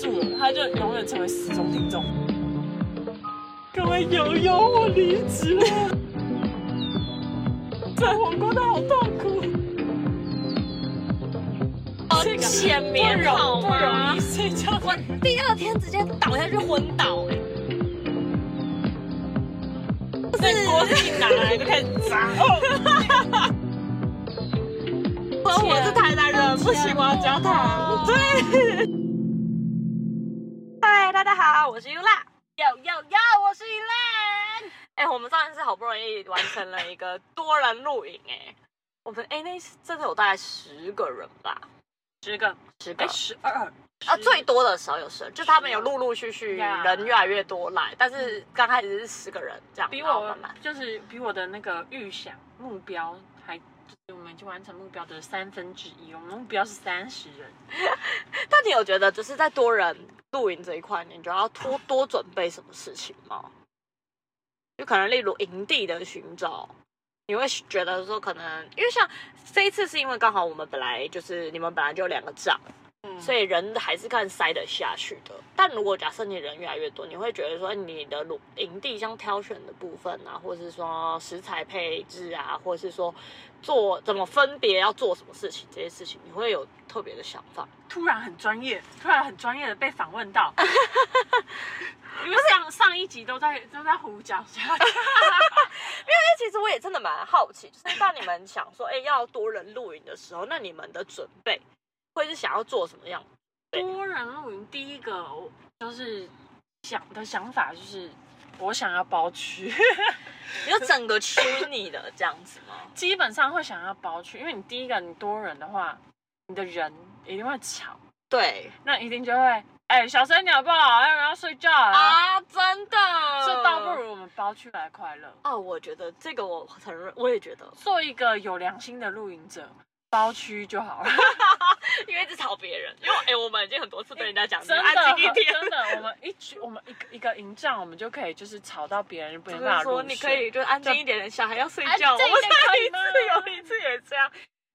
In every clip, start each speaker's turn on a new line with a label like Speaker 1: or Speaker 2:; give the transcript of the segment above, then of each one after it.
Speaker 1: 住了，他就永远成为死忠听众。各位友友，我离职了，在火锅的好痛苦，
Speaker 2: 好
Speaker 1: 这个
Speaker 2: 浅
Speaker 1: 不
Speaker 2: 眠
Speaker 1: 容
Speaker 2: 好
Speaker 1: 不容
Speaker 2: 吗
Speaker 1: 易？睡觉的
Speaker 2: 我第二天直接倒下去昏倒、哎，
Speaker 1: 那锅子一拿来就开始砸。哦
Speaker 2: 说我是台南人，不行，我要加糖。对。嗨，大家好，我是 Yula。哟哟哟，我是 y u 哎、我们上一次好不容易完成了一个多人露营、哎，我们哎、那一次真的有大概十个人吧，
Speaker 1: 十个，
Speaker 2: 十个
Speaker 1: 哎，。十二，
Speaker 2: 啊，
Speaker 1: 十
Speaker 2: 最多的时候有十，就是他们有陆陆续续
Speaker 1: Yeah
Speaker 2: 人越来越多来，但是刚开始是十个人这样，
Speaker 1: 比
Speaker 2: 然后
Speaker 1: 我
Speaker 2: 慢慢
Speaker 1: 就是比我的那个预想目标还，就是我们已经完成目标的三分之一，我们目标是三十人。
Speaker 2: 但你有觉得就是在多人露营这一块，你觉得要多多准备什么事情吗？就可能例如营地的寻找，你会觉得说可能因为像这一次是因为刚好我们本来就是你们本来就有两个帐，
Speaker 1: 嗯，
Speaker 2: 所
Speaker 1: 以
Speaker 2: 以人还是看塞得下去的。但如果假设你人越来越多，你会觉得说哎你的露营地像挑选的部分啊，或是说食材配置啊，或是说做怎么分别要做什么事情这些事情，你会有特别的想法。
Speaker 1: 突然很专业，突然很专业的被访问到，因为上上一集都在都在胡讲，
Speaker 2: 其实我也真的蛮好奇，就是当你们想说，哎、要多人露营的时候，那你们的准备会是想要做什么样？对
Speaker 1: 多人露营第一个我就是想的想法就是我想要包区，
Speaker 2: 你就整个虚拟的这样子吗？
Speaker 1: 基本上会想要包区，因为你第一个你多人的话，你的人一定会吵，
Speaker 2: 对
Speaker 1: 那一定就会哎、小声点好不好？要不然要睡觉啊。
Speaker 2: 啊，真的，
Speaker 1: 这倒不如我们包区来快乐，
Speaker 2: 哦，我觉得这个我承认，我也觉得，
Speaker 1: 做一个有良心的露营者，包区就好了。
Speaker 2: 因为一直吵别人，因为哎、我们已经很多次被人家讲，你
Speaker 1: 真的
Speaker 2: 安静一点，
Speaker 1: 真的，我们一群我们一个一个营帐，我们就可以就是吵到别人不
Speaker 2: 就
Speaker 1: 能办法
Speaker 2: 是
Speaker 1: 入
Speaker 2: 说
Speaker 1: 睡
Speaker 2: 你可以就安静一点，小孩要睡
Speaker 1: 安静
Speaker 2: 觉。
Speaker 1: 一
Speaker 2: 我
Speaker 1: 点
Speaker 2: 们上一
Speaker 1: 可
Speaker 2: 次
Speaker 1: 以吗
Speaker 2: 有一次也这样，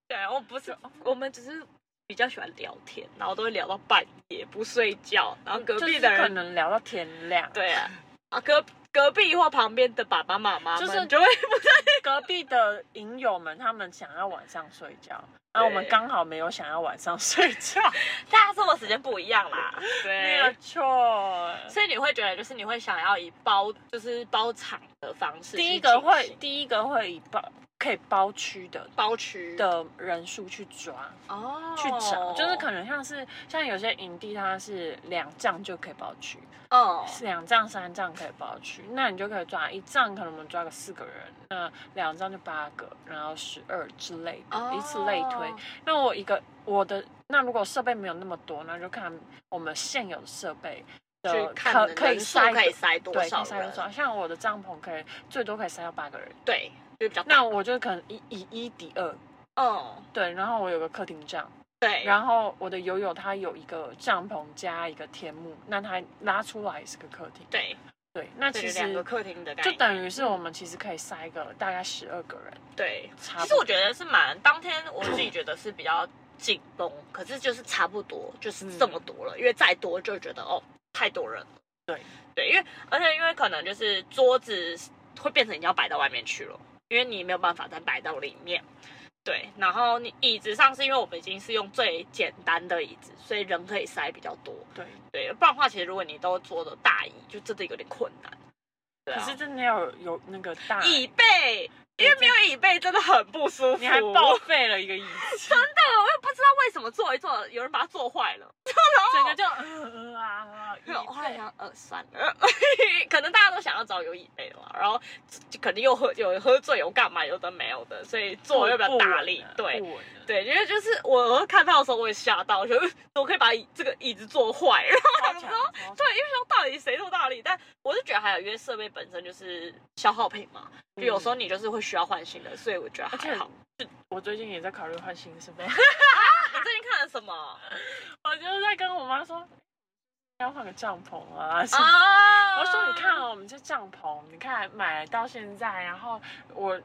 Speaker 2: 对，我不是，我们只是比较喜欢聊天，然后都会聊到半夜不睡觉，然后隔壁的
Speaker 1: 就是可
Speaker 2: 人、
Speaker 1: 能聊到天亮，
Speaker 2: 对啊，啊隔隔壁或旁边的爸爸妈妈们
Speaker 1: 就是
Speaker 2: 就会
Speaker 1: 隔壁的营友们他们想要晚上睡觉，然后我们刚好没有想要晚上睡觉，
Speaker 2: 大家生活时间不一样啦，
Speaker 1: 没有
Speaker 2: 对。
Speaker 1: 错。
Speaker 2: 所以你会觉得，就是你会想要以包，就是包场的方式去
Speaker 1: 第
Speaker 2: 进行，
Speaker 1: 一个会第一个会以包可以包区的
Speaker 2: 包区
Speaker 1: 的人数去抓
Speaker 2: 哦
Speaker 1: 去找，就是可能像是像有些营地它是两帐就可以包区，
Speaker 2: 哦，
Speaker 1: 两仗三仗可以包去，那你就可以抓一仗，可能我们抓个四个人，那两仗就八个，然后十二之类的，
Speaker 2: 哦
Speaker 1: 以此类推。那我一个我的那如果设备没有那么多，那就看我们现有的设备
Speaker 2: 去
Speaker 1: 的
Speaker 2: 看
Speaker 1: 可
Speaker 2: 能
Speaker 1: 可以
Speaker 2: 人数
Speaker 1: 塞
Speaker 2: 可以
Speaker 1: 多
Speaker 2: 塞多
Speaker 1: 对，可
Speaker 2: 少
Speaker 1: 以塞多
Speaker 2: 人？
Speaker 1: 少？像我的帐篷可以最多可以塞到八个人，
Speaker 2: 对，就比较大。
Speaker 1: 那我就可能以以一敌二。
Speaker 2: 嗯，
Speaker 1: 对，然后我有个客厅帐，
Speaker 2: 对，
Speaker 1: 然后我的友友他有一个帐篷加一个天幕，那他拉出来也是个客厅。
Speaker 2: 对，
Speaker 1: 对，那
Speaker 2: 这
Speaker 1: 其
Speaker 2: 是
Speaker 1: 实
Speaker 2: 两个客厅的概
Speaker 1: 就
Speaker 2: 念。嗯
Speaker 1: 等于是我们其实可以塞个大概十二个人，
Speaker 2: 对，
Speaker 1: 差不
Speaker 2: 其实我
Speaker 1: 多。
Speaker 2: 觉得是蛮当天我自己觉得是比较紧绷，可是就是差不多就是这么多了，因为再多就觉得哦太多人了。
Speaker 1: 嗯对
Speaker 2: 对，因为而且因为可能就是桌子会变成你要摆到外面去了，因为你没有办法再摆到里面。对，然后你椅子上是因为我们已经是用最简单的椅子，所以人可以塞比较多。
Speaker 1: 对，
Speaker 2: 对，不然的话，其实如果你都坐的大椅，就真的有点困难。对
Speaker 1: 可
Speaker 2: 啊，
Speaker 1: 是真的要有有那个大，
Speaker 2: 椅背，因为没有椅背真的很不舒服。
Speaker 1: 你还报废了一个椅子，
Speaker 2: 啊我也不知道为什么坐一坐，有人把它坐坏了，
Speaker 1: 整个就嗯啊啊，椅
Speaker 2: 我后来
Speaker 1: 背
Speaker 2: 想，呃，算了， 可能大家都想要找有椅背的啦，然后就肯定又喝有喝醉有干嘛有的没有的，所以坐又比较大力，对。
Speaker 1: 不稳啊了
Speaker 2: 对，因为就是我看到的时候，我也吓到，我觉得 呃怎么可以把椅这个椅子坐坏？然后
Speaker 1: 超
Speaker 2: 想
Speaker 1: 强
Speaker 2: 说，
Speaker 1: 超
Speaker 2: 对，因为说到底谁做大力？但我是觉得还有，因为设备本身就是消耗品嘛，就有时候你就是会需要换新的，所以我觉得
Speaker 1: 而
Speaker 2: 还
Speaker 1: 且
Speaker 2: 好。
Speaker 1: 我最近也在考虑换新设备，
Speaker 2: 你最近看了什么
Speaker 1: 我就是在跟我妈说要换个帐篷啊什么的
Speaker 2: 啊
Speaker 1: 我说你看、哦，我们这帐篷，你看买到现在，然后我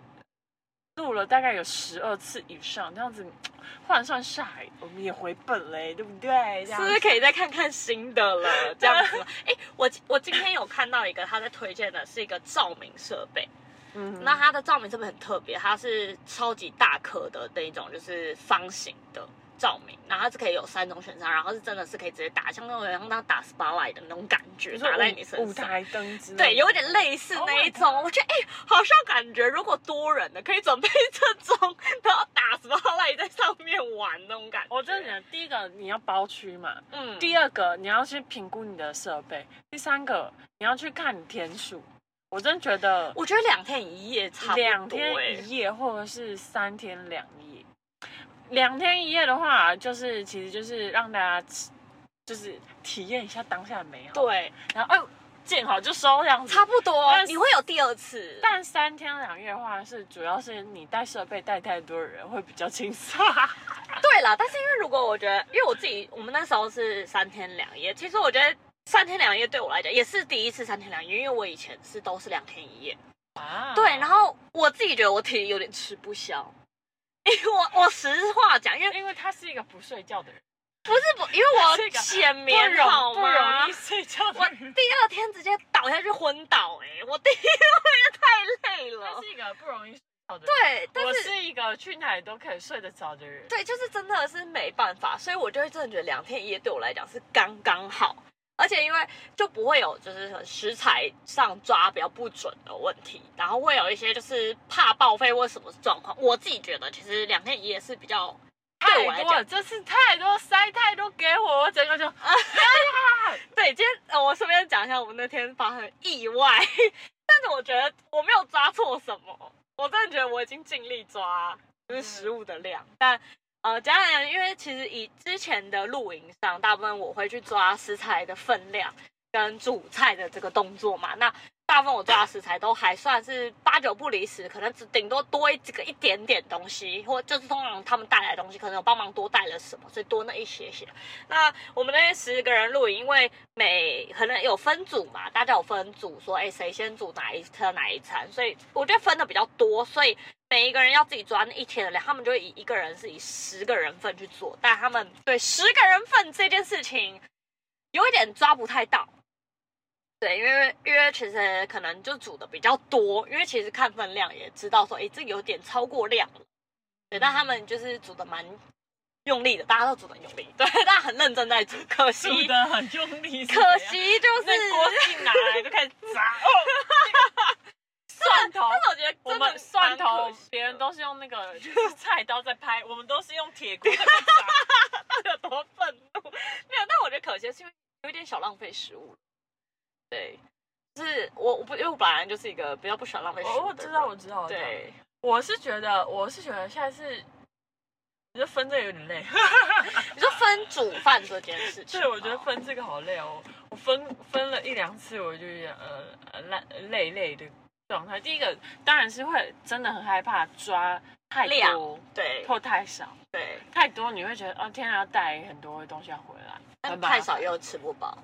Speaker 1: 录了大概有十二次以上，这样子换算下来，我们也回本嘞，对不对？这
Speaker 2: 是
Speaker 1: 样
Speaker 2: 不
Speaker 1: 子
Speaker 2: 是可以再看看新的了？这样子吗？哎、我我今天有看到一个他在推荐的是一个照明设备，
Speaker 1: 嗯
Speaker 2: 那它的照明设备很特别，它是超级大颗的那一种，就是方形的照明，然后它是可以有三种选项，然后是真的是可以直接打，像那种像当打 spotlight 的那种感觉
Speaker 1: 比如
Speaker 2: 打在你
Speaker 1: 说
Speaker 2: 身
Speaker 1: 舞舞
Speaker 2: 上。
Speaker 1: 台灯之类的，
Speaker 2: 对，有点类似
Speaker 1: Oh my
Speaker 2: 那一种
Speaker 1: God
Speaker 2: 我觉得哎、好像感觉如果多人的可以准备这种，然后打 spotlight 在上面玩那种感觉。
Speaker 1: 我真的觉得第一个你要包区嘛，
Speaker 2: 嗯，
Speaker 1: 第二个你要去评估你的设备，第三个你要去看你天数。我真觉得
Speaker 2: 我觉得两天一夜差不多、欸，
Speaker 1: 两天一夜或者是三天两夜，两天一夜的话，就是其实就是让大家吃就是体验一下当下的美好，
Speaker 2: 对，
Speaker 1: 然后哎呦见好就收这样子。
Speaker 2: 差不多
Speaker 1: 但，是
Speaker 2: 你会有第二次。
Speaker 1: 但三天两夜的话是，主要是你带设备带太多人会比较轻松。
Speaker 2: 对啦，但是因为如果我觉得，因为我自己，我们那时候是三天两夜，其实我觉得三天两夜对我来讲也是第一次三天两夜，因为我以前是都是两天一夜。
Speaker 1: 啊
Speaker 2: 对，然后我自己觉得我体力有点吃不消，因为我我实话讲，因为
Speaker 1: 因为他是一个不睡觉的人，
Speaker 2: 不是不，因为
Speaker 1: 这
Speaker 2: 我
Speaker 1: 个
Speaker 2: 浅
Speaker 1: 不
Speaker 2: 眠好
Speaker 1: 容不
Speaker 2: 吗
Speaker 1: 容易？睡觉的
Speaker 2: 我
Speaker 1: 人。
Speaker 2: 第二天直接倒下去昏倒、欸，哎，我第一天太累了
Speaker 1: 他。是一个不容易睡觉的人。
Speaker 2: 对，但
Speaker 1: 我
Speaker 2: 是
Speaker 1: 是一个去哪里都可以睡得着的人。
Speaker 2: 对，就是真的是没办法，所以我就会真的觉得两天一夜对我来讲是刚刚好，而且因为就不会有就是食材上抓比较不准的问题，然后会有一些就是怕报废或什么状况。我自己觉得其实两天一夜是比较对我
Speaker 1: 太
Speaker 2: 来
Speaker 1: 多了，
Speaker 2: 讲，
Speaker 1: 这次太多塞太多给我，我整个就
Speaker 2: 对。今天、呃、我顺便讲一下我们那天发生的意外， 但是我觉得我没有抓错什么，我真的觉得我已经尽力抓就是食物的量，但呃，讲讲，因为其实以之前的露营上，大部分我会去抓食材的分量跟煮菜的这个动作嘛。那大部分我抓的食材都还算是八九不离十，可能只顶多多一这个一点点东西，或就是通常他们带来的东西，可能有帮忙多带了什么，所以多那一些些。那我们那些十个人露营，因为每可能有分组嘛，大家有分组说，哎，谁先煮哪一餐哪一餐，所以我觉得分的比较多，所以每一个人要自己抓那一天的量，他们就会以一个人是以十个人份去做，但他们对十个人份这件事情有一点抓不太到。对，因为因为其实可能就煮的比较多，因为其实看分量也知道说，哎，这有点超过量了。对，但他们就是煮的蛮用力的，大家都煮的用力，对，大家很认真在煮，可惜
Speaker 1: 煮的很用力。是怎
Speaker 2: 可
Speaker 1: 样，
Speaker 2: 惜就是
Speaker 1: 那锅 一拿来就开始砸。 哦，蒜头，
Speaker 2: 但是我觉得
Speaker 1: 我
Speaker 2: 真的
Speaker 1: 们蒜
Speaker 2: 蛮可
Speaker 1: 头
Speaker 2: 惜的，
Speaker 1: 别人都是用那个就是菜刀在拍，我们都是用铁锅在砸。
Speaker 2: 有多愤怒。没有，但我觉得可惜是因为有一点小浪费食物。对，就是我我不因为我本来就是一个比较不喜欢浪费食物 的
Speaker 1: 哦我
Speaker 2: 人。
Speaker 1: 我知道，我知道，我知道。
Speaker 2: 对，
Speaker 1: 我是觉得，我是觉得下次，你这分这个有点累。
Speaker 2: 你说分煮饭这件事情吗，
Speaker 1: 对，我觉得分这个好累哦。我分分了一两次，我就有点呃呃累累累的状态。第一个当然是会真的很害怕抓太
Speaker 2: 量
Speaker 1: 多
Speaker 2: 对
Speaker 1: 或太少，
Speaker 2: 对，
Speaker 1: 太多你会觉得哦天啊，要带很多东西要回来，
Speaker 2: 但
Speaker 1: 很麻烦
Speaker 2: 太少又吃不饱。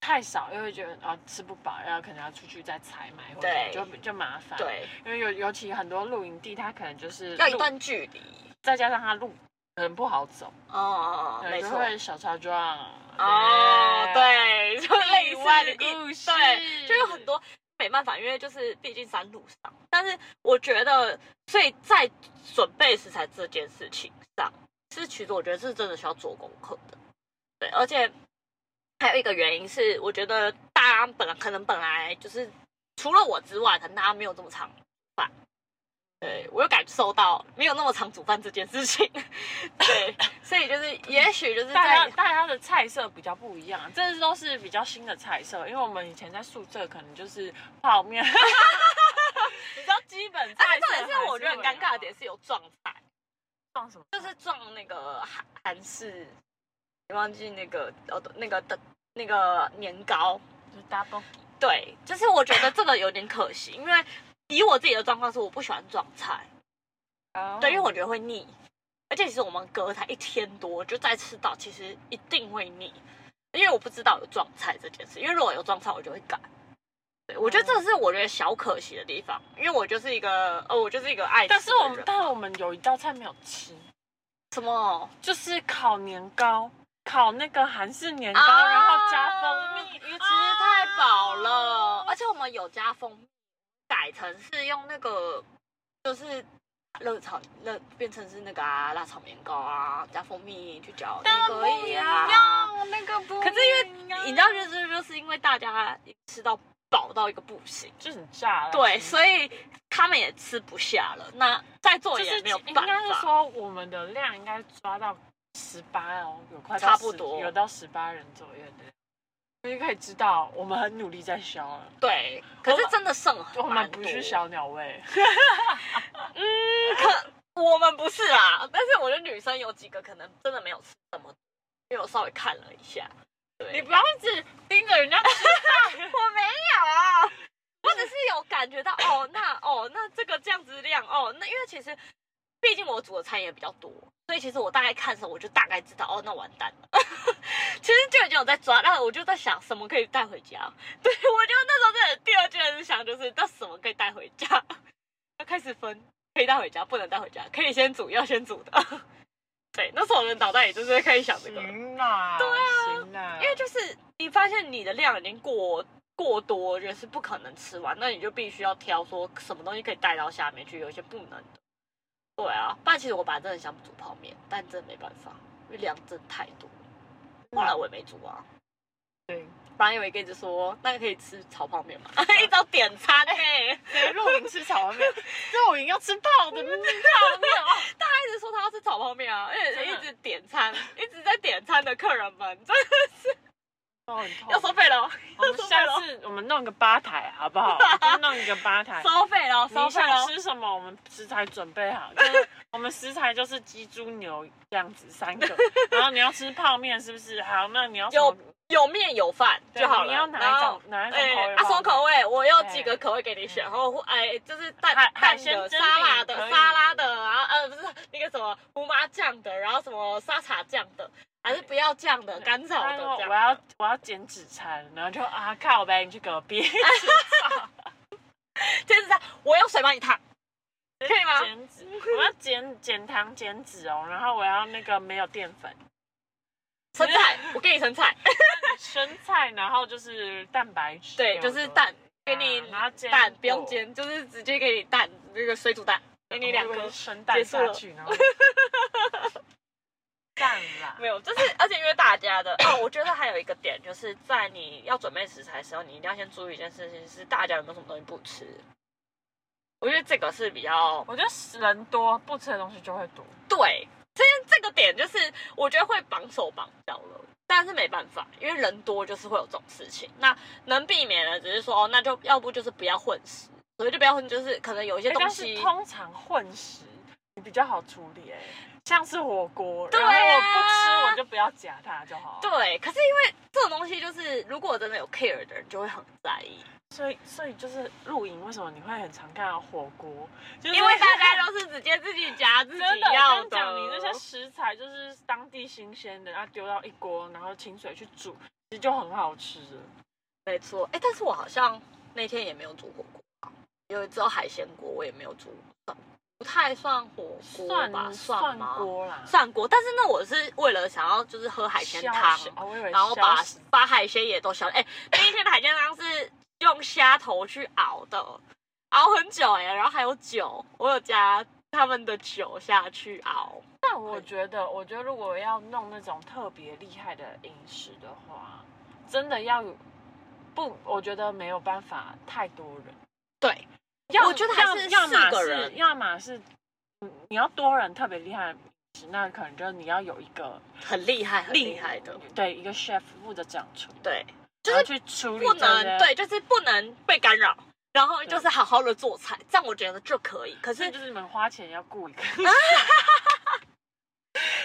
Speaker 1: 太少又会觉得啊吃不饱，然后可能要出去再采买，或者
Speaker 2: 对
Speaker 1: 就就麻烦。，
Speaker 2: 对，
Speaker 1: 因为尤尤其很多露营地，它可能就是
Speaker 2: 要一
Speaker 1: 路
Speaker 2: 段距离。
Speaker 1: 再加上它路可能不好走，
Speaker 2: 哦，
Speaker 1: 可能
Speaker 2: 没
Speaker 1: 就
Speaker 2: 错。
Speaker 1: 会小车撞。
Speaker 2: 哦，对，就类
Speaker 1: 意
Speaker 2: 似
Speaker 1: 外的
Speaker 2: 一
Speaker 1: 故事
Speaker 2: 对，就有很多没办法，因为就是毕竟山路上。但是我觉得，所以在准备食材这件事情上，是其实我觉得是真的需要做功课的。对，而且还有一个原因是，我觉得大家本来可能本来就是除了我之外，可能大家没有这么常煮饭。对我有感受到没有那么常煮饭这件事情，对，所以就是也许就是
Speaker 1: 大家
Speaker 2: 在
Speaker 1: 大家的菜色比较不一样，这都是比较新的菜色，因为我们以前在宿舍可能就是泡面， 比较基本菜
Speaker 2: 哎
Speaker 1: 色还是会
Speaker 2: 但重点是
Speaker 1: 有啊。
Speaker 2: 我觉得很尴尬的点是有撞菜，
Speaker 1: 放什么？
Speaker 2: 就是撞那个韩韩式，你忘记那个呃那个的那个年糕，
Speaker 1: 就是 double
Speaker 2: 对，就是我觉得这个有点可惜，因为以我自己的状况是我不喜欢撞菜，
Speaker 1: 哦
Speaker 2: 对，因为我觉得会腻，而且其实我们隔才一天多就再吃到，其实一定会腻，因为我不知道有撞菜这件事，因为如果有撞菜我就会改。对，我觉得这是我觉得小可惜的地方，因为我就是一个呃，我就是一个爱吃的
Speaker 1: 但
Speaker 2: 人。
Speaker 1: 是我们，但我们有一道菜没有吃，
Speaker 2: 什么？
Speaker 1: 就是烤年糕，烤那个韩式年糕，
Speaker 2: 啊
Speaker 1: 然后加蜂蜜，
Speaker 2: 因为吃太饱了，
Speaker 1: 哦
Speaker 2: 而且我们有加蜂蜜，改成是用那个就是热炒热变成是那个啊辣炒年糕啊，加蜂蜜去搅，也可以啊。，
Speaker 1: 那个不
Speaker 2: 可是
Speaker 1: 因
Speaker 2: 你知道，就是就是因为大家吃到饱到一个不行，
Speaker 1: 就很炸了。
Speaker 2: 对，
Speaker 1: 以
Speaker 2: 所以他们也吃不下了，那再做
Speaker 1: 就是
Speaker 2: 也没有
Speaker 1: 应
Speaker 2: 办
Speaker 1: 该是
Speaker 2: 法。
Speaker 1: 说我们的量应该抓到十八哦，有快到
Speaker 2: 差不
Speaker 1: 10
Speaker 2: 多
Speaker 1: 有到十八人左右的，所以可以知道我们很努力在消了，
Speaker 2: 对，可是真的剩很
Speaker 1: 我们
Speaker 2: 蛮
Speaker 1: 不
Speaker 2: 多
Speaker 1: 是小鸟胃。
Speaker 2: 我们不是啦，但是我觉得女生有几个可能真的没有吃什么，因为我稍微看了一下。对，
Speaker 1: 你不要一直盯着人 家吃，
Speaker 2: 我没有啊，我只是有感觉到哦，那哦那这个这样子量哦，那因为其实毕竟我煮的菜也比较多，所以其实我大概看的时候我就大概知道哦，那完蛋了。 其实就已经有在抓，但我就在想什么可以带回家。对我就那时候真的第二件事想就是那什么可以带回家， 要开始分可以带回家，不能带回家，可以先煮要先煮的。 对，那时候我的脑袋也就是开始想这个。
Speaker 1: 行啦，对啊，行啦，
Speaker 2: 因为就是你发现你的量已经过过多，就是不可能吃完，那你就必须要挑说什么东西可以带到下面去，有一些不能的。对啊，不然其实我本来真的很想煮泡面，但真的没办法，因为量真的太多了。
Speaker 1: 嗯
Speaker 2: 后来我也没煮啊，
Speaker 1: 对，
Speaker 2: 不然有一个一直说那个可以吃炒泡面嘛， 一直要点餐 呢、
Speaker 1: 谁露营吃炒 面，露营要吃泡的泡面哦。
Speaker 2: 他一直说他要吃炒泡面啊，而且
Speaker 1: 真
Speaker 2: 一
Speaker 1: 的
Speaker 2: 直点餐，一直在点餐的客人们，真
Speaker 1: 哦很痛
Speaker 2: 的要收费了哦，
Speaker 1: 我们下次我们弄个吧台好不好？我们就弄一个吧 台。
Speaker 2: 收费了哦，收
Speaker 1: 你
Speaker 2: 费了
Speaker 1: 想
Speaker 2: 哦。
Speaker 1: 吃什么？我们食材准备好， 就是我们食材就是鸡、猪、牛这样子三 个。然后你要吃泡面是不是？好，那你要什么
Speaker 2: 有面有饭
Speaker 1: 对
Speaker 2: 就好了。
Speaker 1: 你要哪
Speaker 2: 然
Speaker 1: 一
Speaker 2: 后
Speaker 1: 种？哪一种口
Speaker 2: 哎，
Speaker 1: 味？
Speaker 2: 啊，什么口
Speaker 1: 味？
Speaker 2: 味？我有几个口味给你选，然后哎，就是蛋
Speaker 1: 海海
Speaker 2: 蛋
Speaker 1: 鲜
Speaker 2: 的、
Speaker 1: 蒸
Speaker 2: 沙拉
Speaker 1: 饼
Speaker 2: 的
Speaker 1: 可、以
Speaker 2: 沙拉的，然后呃，不是那个什么胡麻酱的，然后什么沙茶酱的，还是不要酱的、干炒
Speaker 1: 他
Speaker 2: 的
Speaker 1: 说
Speaker 2: 这样。
Speaker 1: 哎我要我要减脂餐，然后就啊靠呗，你去隔 壁
Speaker 2: 就是这样，我用水帮你 烫，可以吗？
Speaker 1: 减脂，我要减减糖减脂哦，然后我要那个没有淀 粉，
Speaker 2: 生菜，我给你生 菜，
Speaker 1: 生菜，然后就是蛋白质，
Speaker 2: 对，就是蛋，给你
Speaker 1: 啊然哦后坚
Speaker 2: 蛋，不用
Speaker 1: 果
Speaker 2: 煎，就是直接给你蛋，那个水煮蛋，给你两
Speaker 1: 我以哦为
Speaker 2: 颗
Speaker 1: 是。生蛋下去， 然后蛋啦，
Speaker 2: 没有，就是而且因为大家的哦，我觉得还有一个点就是在你要准备食材的时候，你一定要先注意一件事情，是大家有没有什么东西不吃。我觉得这个是比较
Speaker 1: 我觉得人多不吃的东西就会多，
Speaker 2: 对，这这个点就是我觉得会绑手绑脚了，但是没办法，因为人多就是会有这种事情。那能避免的只是说，哦，那就要不就是不要混食，所以就不要混，就是可能有一些
Speaker 1: 欸
Speaker 2: 东
Speaker 1: 但是
Speaker 2: 西，
Speaker 1: 通常混食比较好处理、欸，像是火锅，
Speaker 2: 对
Speaker 1: 然后我不
Speaker 2: 啊
Speaker 1: 吃我就不要夹它就好，，
Speaker 2: 对。可是因为这种东西就是，如果真的有 care 的人，就会很在意。
Speaker 1: 所以所以就是露营为什么你会很常看到火锅，就是
Speaker 2: 因为 大家都是直接自己夹自
Speaker 1: 真
Speaker 2: 己
Speaker 1: 的，我
Speaker 2: 要
Speaker 1: 跟你讲，你那些食材就是当地新鲜的，然后丢到一锅，然后清水去煮，其实就很好吃了。
Speaker 2: 没错，哎、但是我好像那天也没有煮火锅啊，因为只有海鲜锅，我也没有煮，算不太算火锅吧，
Speaker 1: 蒜
Speaker 2: 算
Speaker 1: 蒜
Speaker 2: 吗？
Speaker 1: 锅啦，
Speaker 2: 算锅，但是那我是为了想要就是喝海鲜
Speaker 1: 消
Speaker 2: 汤，
Speaker 1: 食哦我以为
Speaker 2: 然后把
Speaker 1: 消食
Speaker 2: 把海鲜也都消。哎、那一天的海鲜汤是用虾头去熬的，熬很久哎、然后还有酒，我有加他们的酒下去熬。
Speaker 1: 但我觉得，我觉得如果要弄那种特别厉害的饮食的话，真的要有不，我觉得没有办法太多人。
Speaker 2: 对，
Speaker 1: 要
Speaker 2: 我觉得还是
Speaker 1: 要要么
Speaker 2: 四个
Speaker 1: 是
Speaker 2: 人
Speaker 1: 要么是嗯你要多人特别厉害的饮食，那可能就是你要有一个
Speaker 2: 很厉害，很厉害的，，
Speaker 1: 对，一个 chef 负责掌厨，
Speaker 2: 对，
Speaker 1: 然后去处理
Speaker 2: 不
Speaker 1: 这些
Speaker 2: 能对，就是不能被干扰，然后就是
Speaker 1: 对
Speaker 2: 好好的做菜，这样我觉得就可以。可
Speaker 1: 所
Speaker 2: 是
Speaker 1: 以就是你们花钱要雇一个，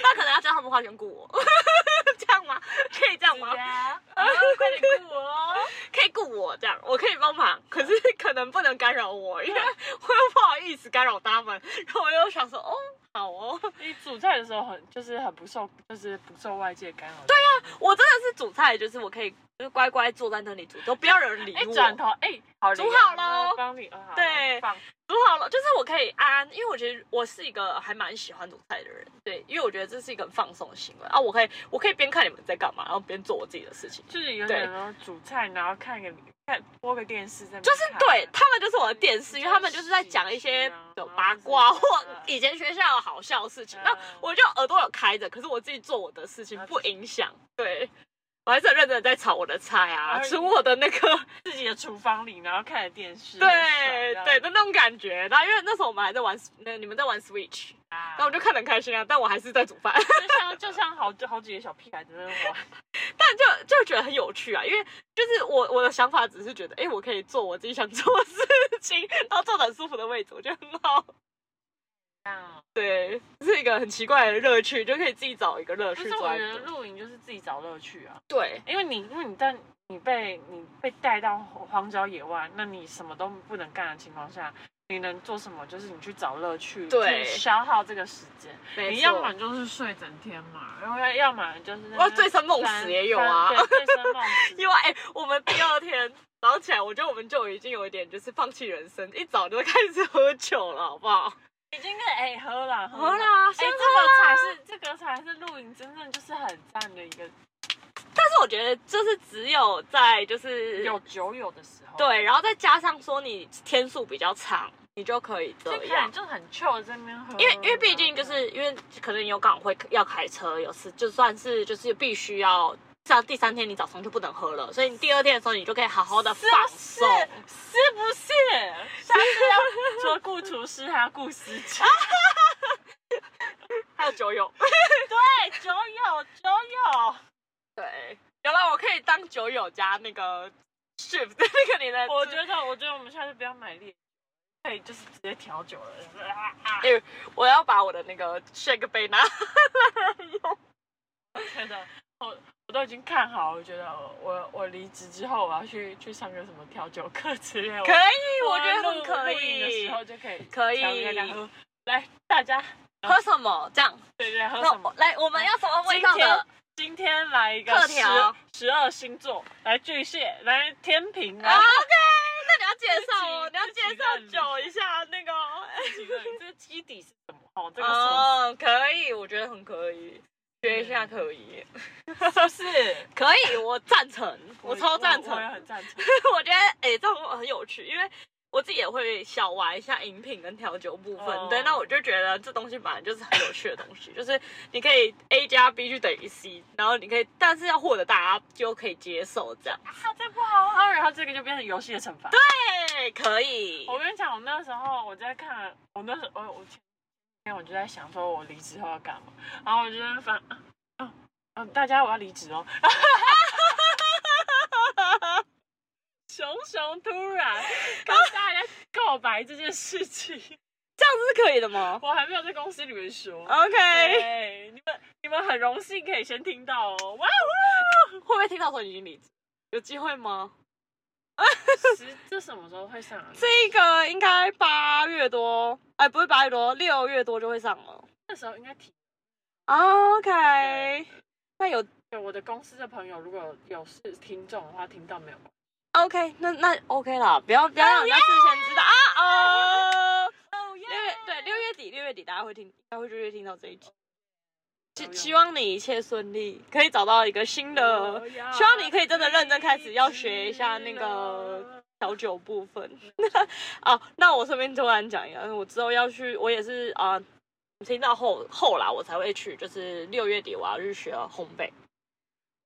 Speaker 2: 那可能要叫他们花钱雇我， 这样吗？可以这样 吗？
Speaker 1: 啊，快点雇我哦！
Speaker 2: 可以雇我这样，我可以帮忙，可是可能不能干扰我，因为我 又不好意思干扰他们，然后我又想说，哦，好哦，
Speaker 1: 你煮菜的时候很就是很不受，就是不受外界干扰。对啊，
Speaker 2: 我真的是煮菜，就是我可以就乖乖坐在那里煮，都不要有人理
Speaker 1: 哎，
Speaker 2: 我。
Speaker 1: 转头哎，好
Speaker 2: 煮
Speaker 1: 灵
Speaker 2: 好
Speaker 1: 哦
Speaker 2: 喽
Speaker 1: 帮你，哦好
Speaker 2: 对
Speaker 1: 放
Speaker 2: 煮好了，就是我可以安安，因为我觉得我是一个还蛮喜欢煮菜的人，对，因为我觉得这是一个很放松的行为啊，我可以我可以边看你们在干嘛，然后边做我自己的事情，
Speaker 1: 就是有
Speaker 2: 对
Speaker 1: 点那种煮菜，然后看个看播个电视在那边看，啊
Speaker 2: 就是对啊他们就是我的电视，因为他们就是在讲一些有八卦或以前学校的好笑的事情，那我就耳朵有开着，可是我自己做我的事情不影响，对。我还是很认真地在炒我的菜啊，
Speaker 1: 而已
Speaker 2: 煮我的那个
Speaker 1: 自己的厨房里，然后看着电视，
Speaker 2: 对对
Speaker 1: 对，
Speaker 2: 的那种感觉。然后因为那时候我们还在玩，那你们在玩 Switch，
Speaker 1: 然
Speaker 2: 那我就看得很开心啊，但我还是在煮饭，
Speaker 1: 就像就像好好几个小屁孩在那 玩，
Speaker 2: 但就就觉得很有趣啊，因为就是我我的想法只是觉得，哎、我可以做我自己想做的事情，然后坐得很舒服的位置，我觉得很好。
Speaker 1: 这样哦
Speaker 2: 对，是一个很奇怪的乐趣，就可以自己找一个乐
Speaker 1: 可
Speaker 2: 趣
Speaker 1: 是
Speaker 2: 做
Speaker 1: 我
Speaker 2: 来
Speaker 1: 觉得
Speaker 2: 做。
Speaker 1: 露营就是自己找乐趣啊，
Speaker 2: 对，
Speaker 1: 因为你因为你在你被你被带到荒郊野外，那你什么都不能干的情况下，你能做什么？就是你去找乐趣，
Speaker 2: 对
Speaker 1: 去消耗这个时间。
Speaker 2: 没
Speaker 1: 你
Speaker 2: 错
Speaker 1: 要么就是睡整天嘛，然后要么就是在那
Speaker 2: 哇醉生梦死也有啊
Speaker 1: 对，醉生梦死。
Speaker 2: 因为哎、我们第二天早上起来，我觉得我们就已经有一点就是放弃人生，一早就开始喝酒了，好不好？嗯
Speaker 1: 已经跟哎喝了
Speaker 2: 喝，啦，
Speaker 1: 哎、
Speaker 2: 先喝啦。
Speaker 1: 这个才是这个才是露营真正就是很赞的一个
Speaker 2: 但是我觉得就是只有在就是
Speaker 1: 有酒友的时候，，
Speaker 2: 对，然后再加上说你天数比较长，你就可以这
Speaker 1: 就看
Speaker 2: 样
Speaker 1: 你。就很 chill 在那边喝，
Speaker 2: 因为因为毕竟就是因为可能你有港会要开车，有时就算是就是必须要。像第三天你早上就不能喝了，所以你第二天的时候你就可以好好的
Speaker 1: 是
Speaker 2: 放
Speaker 1: 不是
Speaker 2: 松。
Speaker 1: 是不是？下次要除了顾厨师，还要顾司机。
Speaker 2: 还有酒友，
Speaker 1: 对，酒友酒友，
Speaker 2: 对，原来我可以当酒友加那个 shift 那个你的，
Speaker 1: 我觉得我觉得我们下次不要买烈酒，可以就是直接调酒了。啊啊
Speaker 2: 因为我要把我的那个 shake 杯拿
Speaker 1: 觉得我我都已经看好，我觉得我我离职之后，我要去去上个什么调酒课之类的。
Speaker 2: 可以，我
Speaker 1: 我
Speaker 2: 觉得很
Speaker 1: 录
Speaker 2: 可
Speaker 1: 录影的
Speaker 2: 以
Speaker 1: 时。候就可以
Speaker 2: 可以
Speaker 1: 调给大家喝。来，大家
Speaker 2: 喝什么？这样，
Speaker 1: 对对喝
Speaker 2: 那
Speaker 1: 什
Speaker 2: 我
Speaker 1: 么？
Speaker 2: 来，我们要什么味道
Speaker 1: 今天
Speaker 2: 的？
Speaker 1: 今天来一个
Speaker 2: 特
Speaker 1: 十
Speaker 2: 调
Speaker 1: 十二星座，来巨蟹，来天平，
Speaker 2: 啊
Speaker 1: 来
Speaker 2: ，OK，那你要介绍哦，
Speaker 1: 自己
Speaker 2: 你要介绍酒一下那个。哦
Speaker 1: 几个人这个基底是什么？哦，这个是
Speaker 2: 嗯，可以，我觉得很可以，学一下可以，
Speaker 1: 不是？
Speaker 2: 可以，我赞成，我超赞成
Speaker 1: 我，也很赞成。
Speaker 2: 我觉得哎、欸这种很有趣，因为我自己也会小玩一下饮品跟调酒部分。
Speaker 1: 哦
Speaker 2: 对，那我就觉得这东西本来就是很有趣的东西，就是你可以 A 加 B 去等于 C，然后你可以，但是要获得大家就可以接受这样。
Speaker 1: 啊，这不好喝，然后这个就变成游戏的惩罚。对，
Speaker 2: 对，可以。
Speaker 1: 我跟你讲，我那时候我在看，我那时候我我前天我就在想说，我离职后要干嘛？然后我就在反，嗯嗯嗯，大家我要离职哦。 熊熊突然跟大家告白这件事情，
Speaker 2: 这样子是可以的吗
Speaker 1: 我还没有在公司里面说。
Speaker 2: ？OK，
Speaker 1: 对，你们你们很荣幸可以先听到哦，哇
Speaker 2: 会不会听到说你已经离职？有机会吗？
Speaker 1: 哦！十这什么时候会上啊？
Speaker 2: 这个应该八月多，哎，不是八月多，六月多就会上了。
Speaker 1: 那时候应该提。
Speaker 2: 啊 OK，
Speaker 1: 对
Speaker 2: 那有
Speaker 1: 对，我的公司的朋友如果有是听众的话，听到没有？
Speaker 2: OK，那那 OK 啦，不要不要让人家事先知道啊哦。
Speaker 1: 哦耶
Speaker 2: 六月对六月底六月底大家会听，应该会就会听到这一集。希
Speaker 1: 都有
Speaker 2: 希望你一切顺利，可以找到一个新的，希望你可以真的认真开始要学一下那个调酒部分。 啊，那我顺便突然讲一下，我之后要去，我也是啊、听到后后来我才会去，就是六月底我要去学烘焙。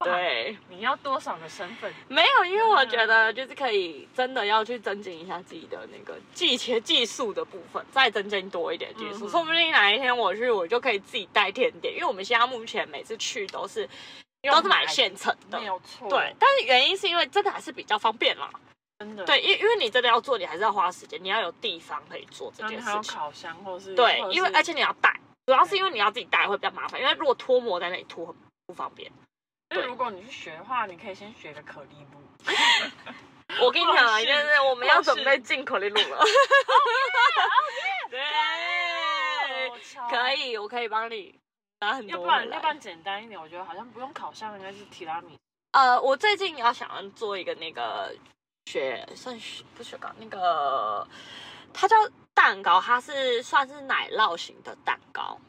Speaker 1: 哇
Speaker 2: 对，
Speaker 1: 你要多少个身份？
Speaker 2: 没有，因为我
Speaker 1: 嗯
Speaker 2: 觉得就是可以真的要去增进一下自己的那个技巧、技术的部分，再增进多一点技术，
Speaker 1: 嗯哼
Speaker 2: 说不定哪一天我去，我就可以自己带甜点，因为我们现在目前每次去都是都是买现成的
Speaker 1: 没。有错，
Speaker 2: 对，，但是原因是因为真的还是比较方便啦。
Speaker 1: 真的，
Speaker 2: 对，因因为你真的要做，你还是要花时间，你要有地方可以做这
Speaker 1: 然后
Speaker 2: 件
Speaker 1: 你
Speaker 2: 事
Speaker 1: 还有
Speaker 2: 情。
Speaker 1: 烤箱或是
Speaker 2: 对
Speaker 1: 或，者是
Speaker 2: 因为而且你要带，主要是因为你要自己带会比较麻烦，因为如果脱模在那里脱很不方便。
Speaker 1: 因为如果你去学的话，你可以先学个可丽露。
Speaker 2: 我跟你讲
Speaker 1: 哦
Speaker 2: 啊，
Speaker 1: 或是
Speaker 2: 就是我们要
Speaker 1: 或是
Speaker 2: 准备进口力路 了。对，
Speaker 1: 哦超
Speaker 2: 可以，我可以帮你拿很
Speaker 1: 要
Speaker 2: 多
Speaker 1: 不
Speaker 2: 回
Speaker 1: 然要不
Speaker 2: 来。
Speaker 1: 然简单一点，我觉得好像不用烤箱，应该是提拉米。
Speaker 2: 呃，我最近要想要做一个那个雪，算雪不雪糕，那个它叫蛋糕，它是算是奶酪型的蛋糕，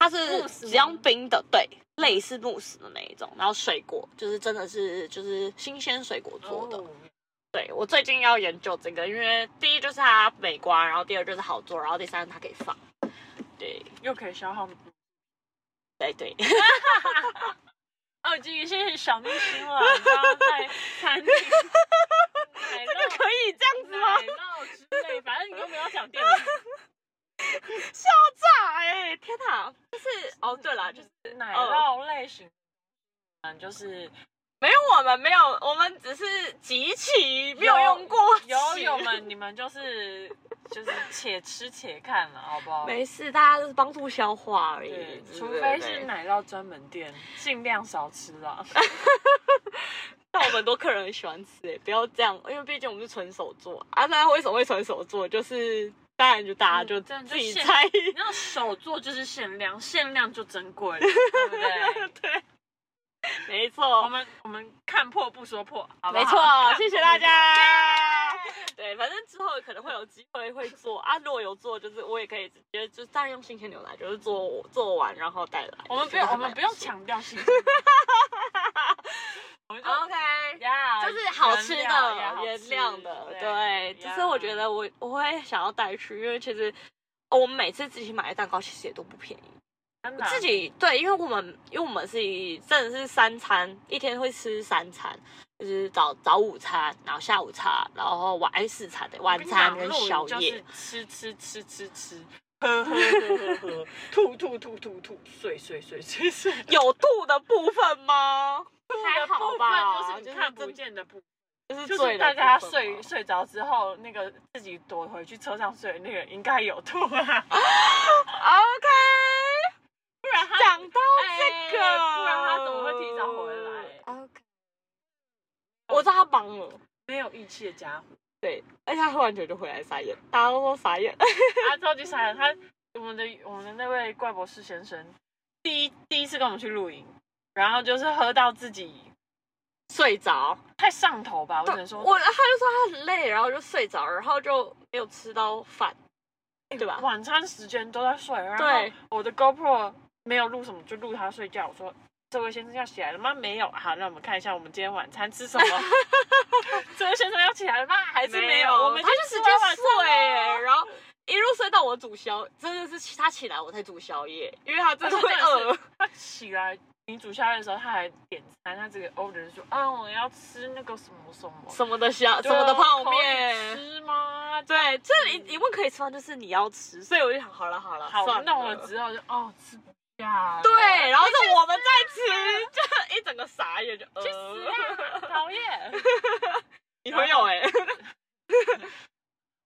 Speaker 2: 它是
Speaker 1: 慕斯吗
Speaker 2: 只用冰的，对，类似慕斯的那一种，然后水果就是真的是就是新鲜水果做的。
Speaker 1: 哦
Speaker 2: 对我最近要研究这个，因为第一就是它美观，然后第二就是好做，然后第三是它可以放。对
Speaker 1: 又可以消耗。
Speaker 2: 对对，
Speaker 1: 哦，这个是小秘辛了，你知道在餐 厅奶
Speaker 2: 这
Speaker 1: 酪
Speaker 2: 可以这样子吗
Speaker 1: 奶？ 酪之类，反正你都没有讲店名。
Speaker 2: 笑炸哎、天哪！就是哦，对啦，就是
Speaker 1: 奶酪哦类型，嗯，就是
Speaker 2: 没有我们没有，我们只是集齐，没有用过
Speaker 1: 友
Speaker 2: 集
Speaker 1: 友。们，你们就是就是且吃且看了，好不好？
Speaker 2: 没事，大家就是帮助消化而已
Speaker 1: 对，，
Speaker 2: 对
Speaker 1: 除
Speaker 2: 对
Speaker 1: 非
Speaker 2: 对
Speaker 1: 是奶酪专门店，尽量少吃 啦。
Speaker 2: 但我们很多客人很喜欢吃、欸，不要这样，因为毕竟我们是纯手做啊。那为什么会纯手做？就是当然就大家就
Speaker 1: 嗯这样就
Speaker 2: 自己
Speaker 1: 现
Speaker 2: 猜，
Speaker 1: 你知道手做就是限量，限量就珍贵，对不 对？
Speaker 2: 对，没
Speaker 1: 我
Speaker 2: 错，
Speaker 1: 们我们看破不说破，好不好
Speaker 2: 没错，谢谢大家。对，反正之后可能会有机会会做啊，如果有做，就是我也可以直接就是当然用新鲜牛奶，就是做做完然后带来。
Speaker 1: 我们不用，我们不用强调性， 我们就
Speaker 2: OK，
Speaker 1: 呀，
Speaker 2: 哦就是好吃的、
Speaker 1: 原
Speaker 2: 原
Speaker 1: 料
Speaker 2: 谅
Speaker 1: 也好吃
Speaker 2: 的，
Speaker 1: 对
Speaker 2: 对。，
Speaker 1: 呀
Speaker 2: 就是我觉得我我会想要带去，因为其实。哦我们每次自己买的蛋糕其实也都不便宜，
Speaker 1: 真的
Speaker 2: 我自己对，因为我们因为我们是以真的是三餐，一天会吃三餐，就是早早午餐，然后下午茶，然后晚哎四餐的晚餐跟宵
Speaker 1: 我跟你
Speaker 2: 夜
Speaker 1: 讲，就是吃吃吃吃 吃，喝喝喝喝喝，吐吐吐吐吐，睡睡睡睡 睡。
Speaker 2: 有吐的部分吗？还好
Speaker 1: 部
Speaker 2: 吧，
Speaker 1: 分就是你看不见的部分，
Speaker 2: 就是
Speaker 1: 就是
Speaker 2: 醉的
Speaker 1: 大家
Speaker 2: 部分
Speaker 1: 睡
Speaker 2: 吗
Speaker 1: 睡着之后，那个自己躲回去车上睡的那个应该有吐啊，
Speaker 2: OK，
Speaker 1: 不然他
Speaker 2: 讲到
Speaker 1: 哎
Speaker 2: 这个，
Speaker 1: 不然他怎么会提早回来
Speaker 2: ？OK，我知道他忙了，
Speaker 1: 没有义气的家伙，
Speaker 2: 对，而且他喝完酒就回来傻眼，大家都说傻眼。
Speaker 1: 他超级傻眼。他我们的我们的那位怪博士先生，第一第一次跟我们去露营，然后就是喝到自己
Speaker 2: 睡着，
Speaker 1: 太上头吧，我只能说
Speaker 2: 我他就说他很累，然后就睡着，然后就没有吃到饭，
Speaker 1: 哎
Speaker 2: 对吧？
Speaker 1: 晚餐时间都在睡，然
Speaker 2: 对
Speaker 1: 后我的 GoPro 没有录什么，就录他睡觉。我说这位先生要起来了吗？没有，好，那我们看一下我们今天晚餐吃什么。 这位先生要起来了吗？还是没有？我们
Speaker 2: 他就
Speaker 1: 直
Speaker 2: 直接
Speaker 1: 接
Speaker 2: 睡、欸然后一路睡到我煮宵，真的是起他起来我才煮宵夜，因为他真 的会饿。
Speaker 1: 他起来，你煮宵夜的时候，他还点餐，他这个 order 说，嗯，我要吃那个什么什么
Speaker 2: 什么的虾，什么的泡面，
Speaker 1: 可以吃吗？
Speaker 2: 对，这一一问可以吃完就是你要吃，所以我就想，好了好了，
Speaker 1: 嗯好
Speaker 2: 算，
Speaker 1: 弄了之后就哦，吃不下了。
Speaker 2: 对，然后是我们在 吃，就一整个傻眼，就
Speaker 1: 哎
Speaker 2: 呃
Speaker 1: 去死 啊！讨厌。
Speaker 2: 你朋友 哎、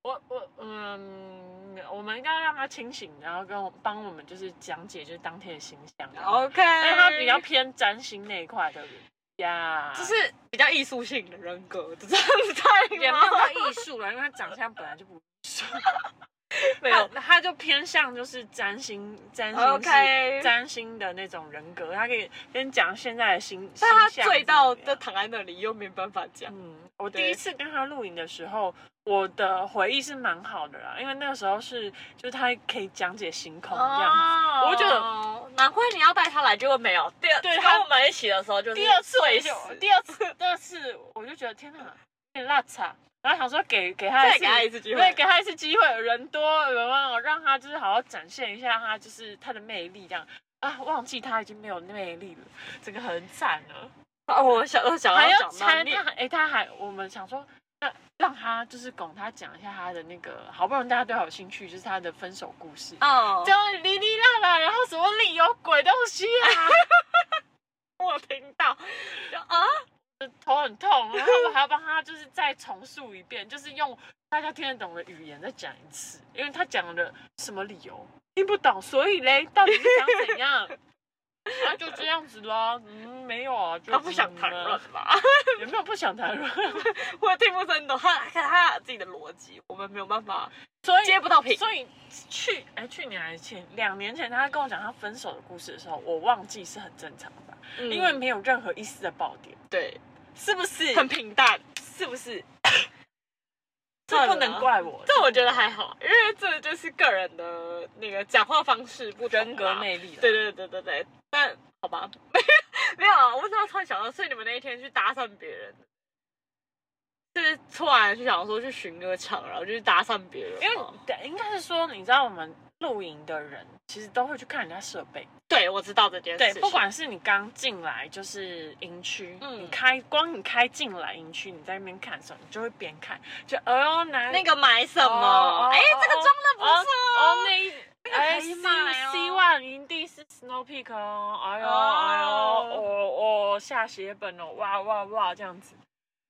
Speaker 1: 我我嗯，我们应该让他清醒，然后跟我帮我们就是讲解就是当天的形象。啊
Speaker 2: ，OK，
Speaker 1: 因为他比较偏占星那一块的人呀，
Speaker 2: 就是比较艺术性的人格，这样子太
Speaker 1: 也没有到艺术了，因为他长相本来就不
Speaker 2: 没
Speaker 1: 他
Speaker 2: 有，
Speaker 1: 他就偏向就是占星占星
Speaker 2: OK
Speaker 1: 是占星的那种人格，他可以跟你讲现在的星，
Speaker 2: 但他
Speaker 1: 星象
Speaker 2: 醉到
Speaker 1: 是怎么
Speaker 2: 就
Speaker 1: 样
Speaker 2: 躺在那里，又没办法讲。
Speaker 1: 嗯，我
Speaker 2: 对
Speaker 1: 第一次跟他录影的时候，我的回忆是蛮好的啦，因为那个时候是就是他可以讲解星空这样子。
Speaker 2: 哦
Speaker 1: 我觉
Speaker 2: 难怪你要带他来，结果没有。第二
Speaker 1: 对
Speaker 2: 跟
Speaker 1: 他
Speaker 2: 我们一起的时候就是
Speaker 1: 第二次我
Speaker 2: 醉
Speaker 1: 就
Speaker 2: 死，
Speaker 1: 第二次第二次我就觉得天哪，有点辣差。然后想说给给他一次，
Speaker 2: 再给他一次机
Speaker 1: 对，
Speaker 2: 会。
Speaker 1: 给他一次机会，人多有没有让他就是好好展现一下他就是他的魅力这样啊？忘记他已经没有魅力了，这个很惨了。
Speaker 2: 哦，我想我想
Speaker 1: 还
Speaker 2: 要
Speaker 1: 要
Speaker 2: 讲
Speaker 1: 猜
Speaker 2: 到
Speaker 1: 他，哎、他还我们想说，那让他就是拱他讲一下他的那个，好不容易大家对他有兴趣，就是他的分手故事，
Speaker 2: 哦
Speaker 1: 这，样哩哩啦啦，然后什么理由鬼东西啊，
Speaker 2: 我听到，就啊，
Speaker 1: 就头很痛，然后我还要帮他就是再重述一遍，就是用大家听得懂的语言再讲一次，因为他讲的什么理由听不懂，所以嘞，到底是想怎样？ 啊，就这样子啦，嗯，没有啊，就
Speaker 2: 他不想谈
Speaker 1: 嗯
Speaker 2: 论
Speaker 1: 啊
Speaker 2: 吧？
Speaker 1: 有没有不想谈论？
Speaker 2: 我听不真懂，他看他有自己的逻辑，我们没有办法
Speaker 1: 所以
Speaker 2: 接不到频。
Speaker 1: 所以去哎、去年还是前两年前，他跟我讲他分手的故事的时候，我忘记是很正常的吧？
Speaker 2: 嗯
Speaker 1: 因为没有任何一丝的爆点，
Speaker 2: 对
Speaker 1: 是不是？
Speaker 2: 很平淡，
Speaker 1: 是不 是？这
Speaker 2: 算了
Speaker 1: 不能怪我，
Speaker 2: 啊这我觉得还好，因为这就是个人的那个讲话方式不同
Speaker 1: 人格
Speaker 2: 嘛
Speaker 1: 魅力了。
Speaker 2: 对对对对对，但好吧， 没有啊，我不知道突然想到，所以你们那一天去搭讪别人，就是突然就想说去巡个场，然后就去搭讪别人吗，
Speaker 1: 因为对，应该是说，你知道我们露营的人其实都会去看人家设备，
Speaker 2: 对我知道这件事
Speaker 1: 对
Speaker 2: 情，，
Speaker 1: 不管是你刚进来就是营区，
Speaker 2: 嗯
Speaker 1: 你开光你开进来营区，你在那边看的时候，你就会边看，就哎呦哪里
Speaker 2: 那个买什
Speaker 1: 哦
Speaker 2: 么
Speaker 1: 哦，
Speaker 2: 哎、这个
Speaker 1: 哦
Speaker 2: 装 的不
Speaker 1: 哦
Speaker 2: 错
Speaker 1: 哦那一
Speaker 2: 个
Speaker 1: 哎
Speaker 2: 可
Speaker 1: C
Speaker 2: 以买哦
Speaker 1: C One 营地是 Snow Peak 哦，哎呦
Speaker 2: 哦
Speaker 1: 哎呦哦哦下血本哦，哇哇哇这样子，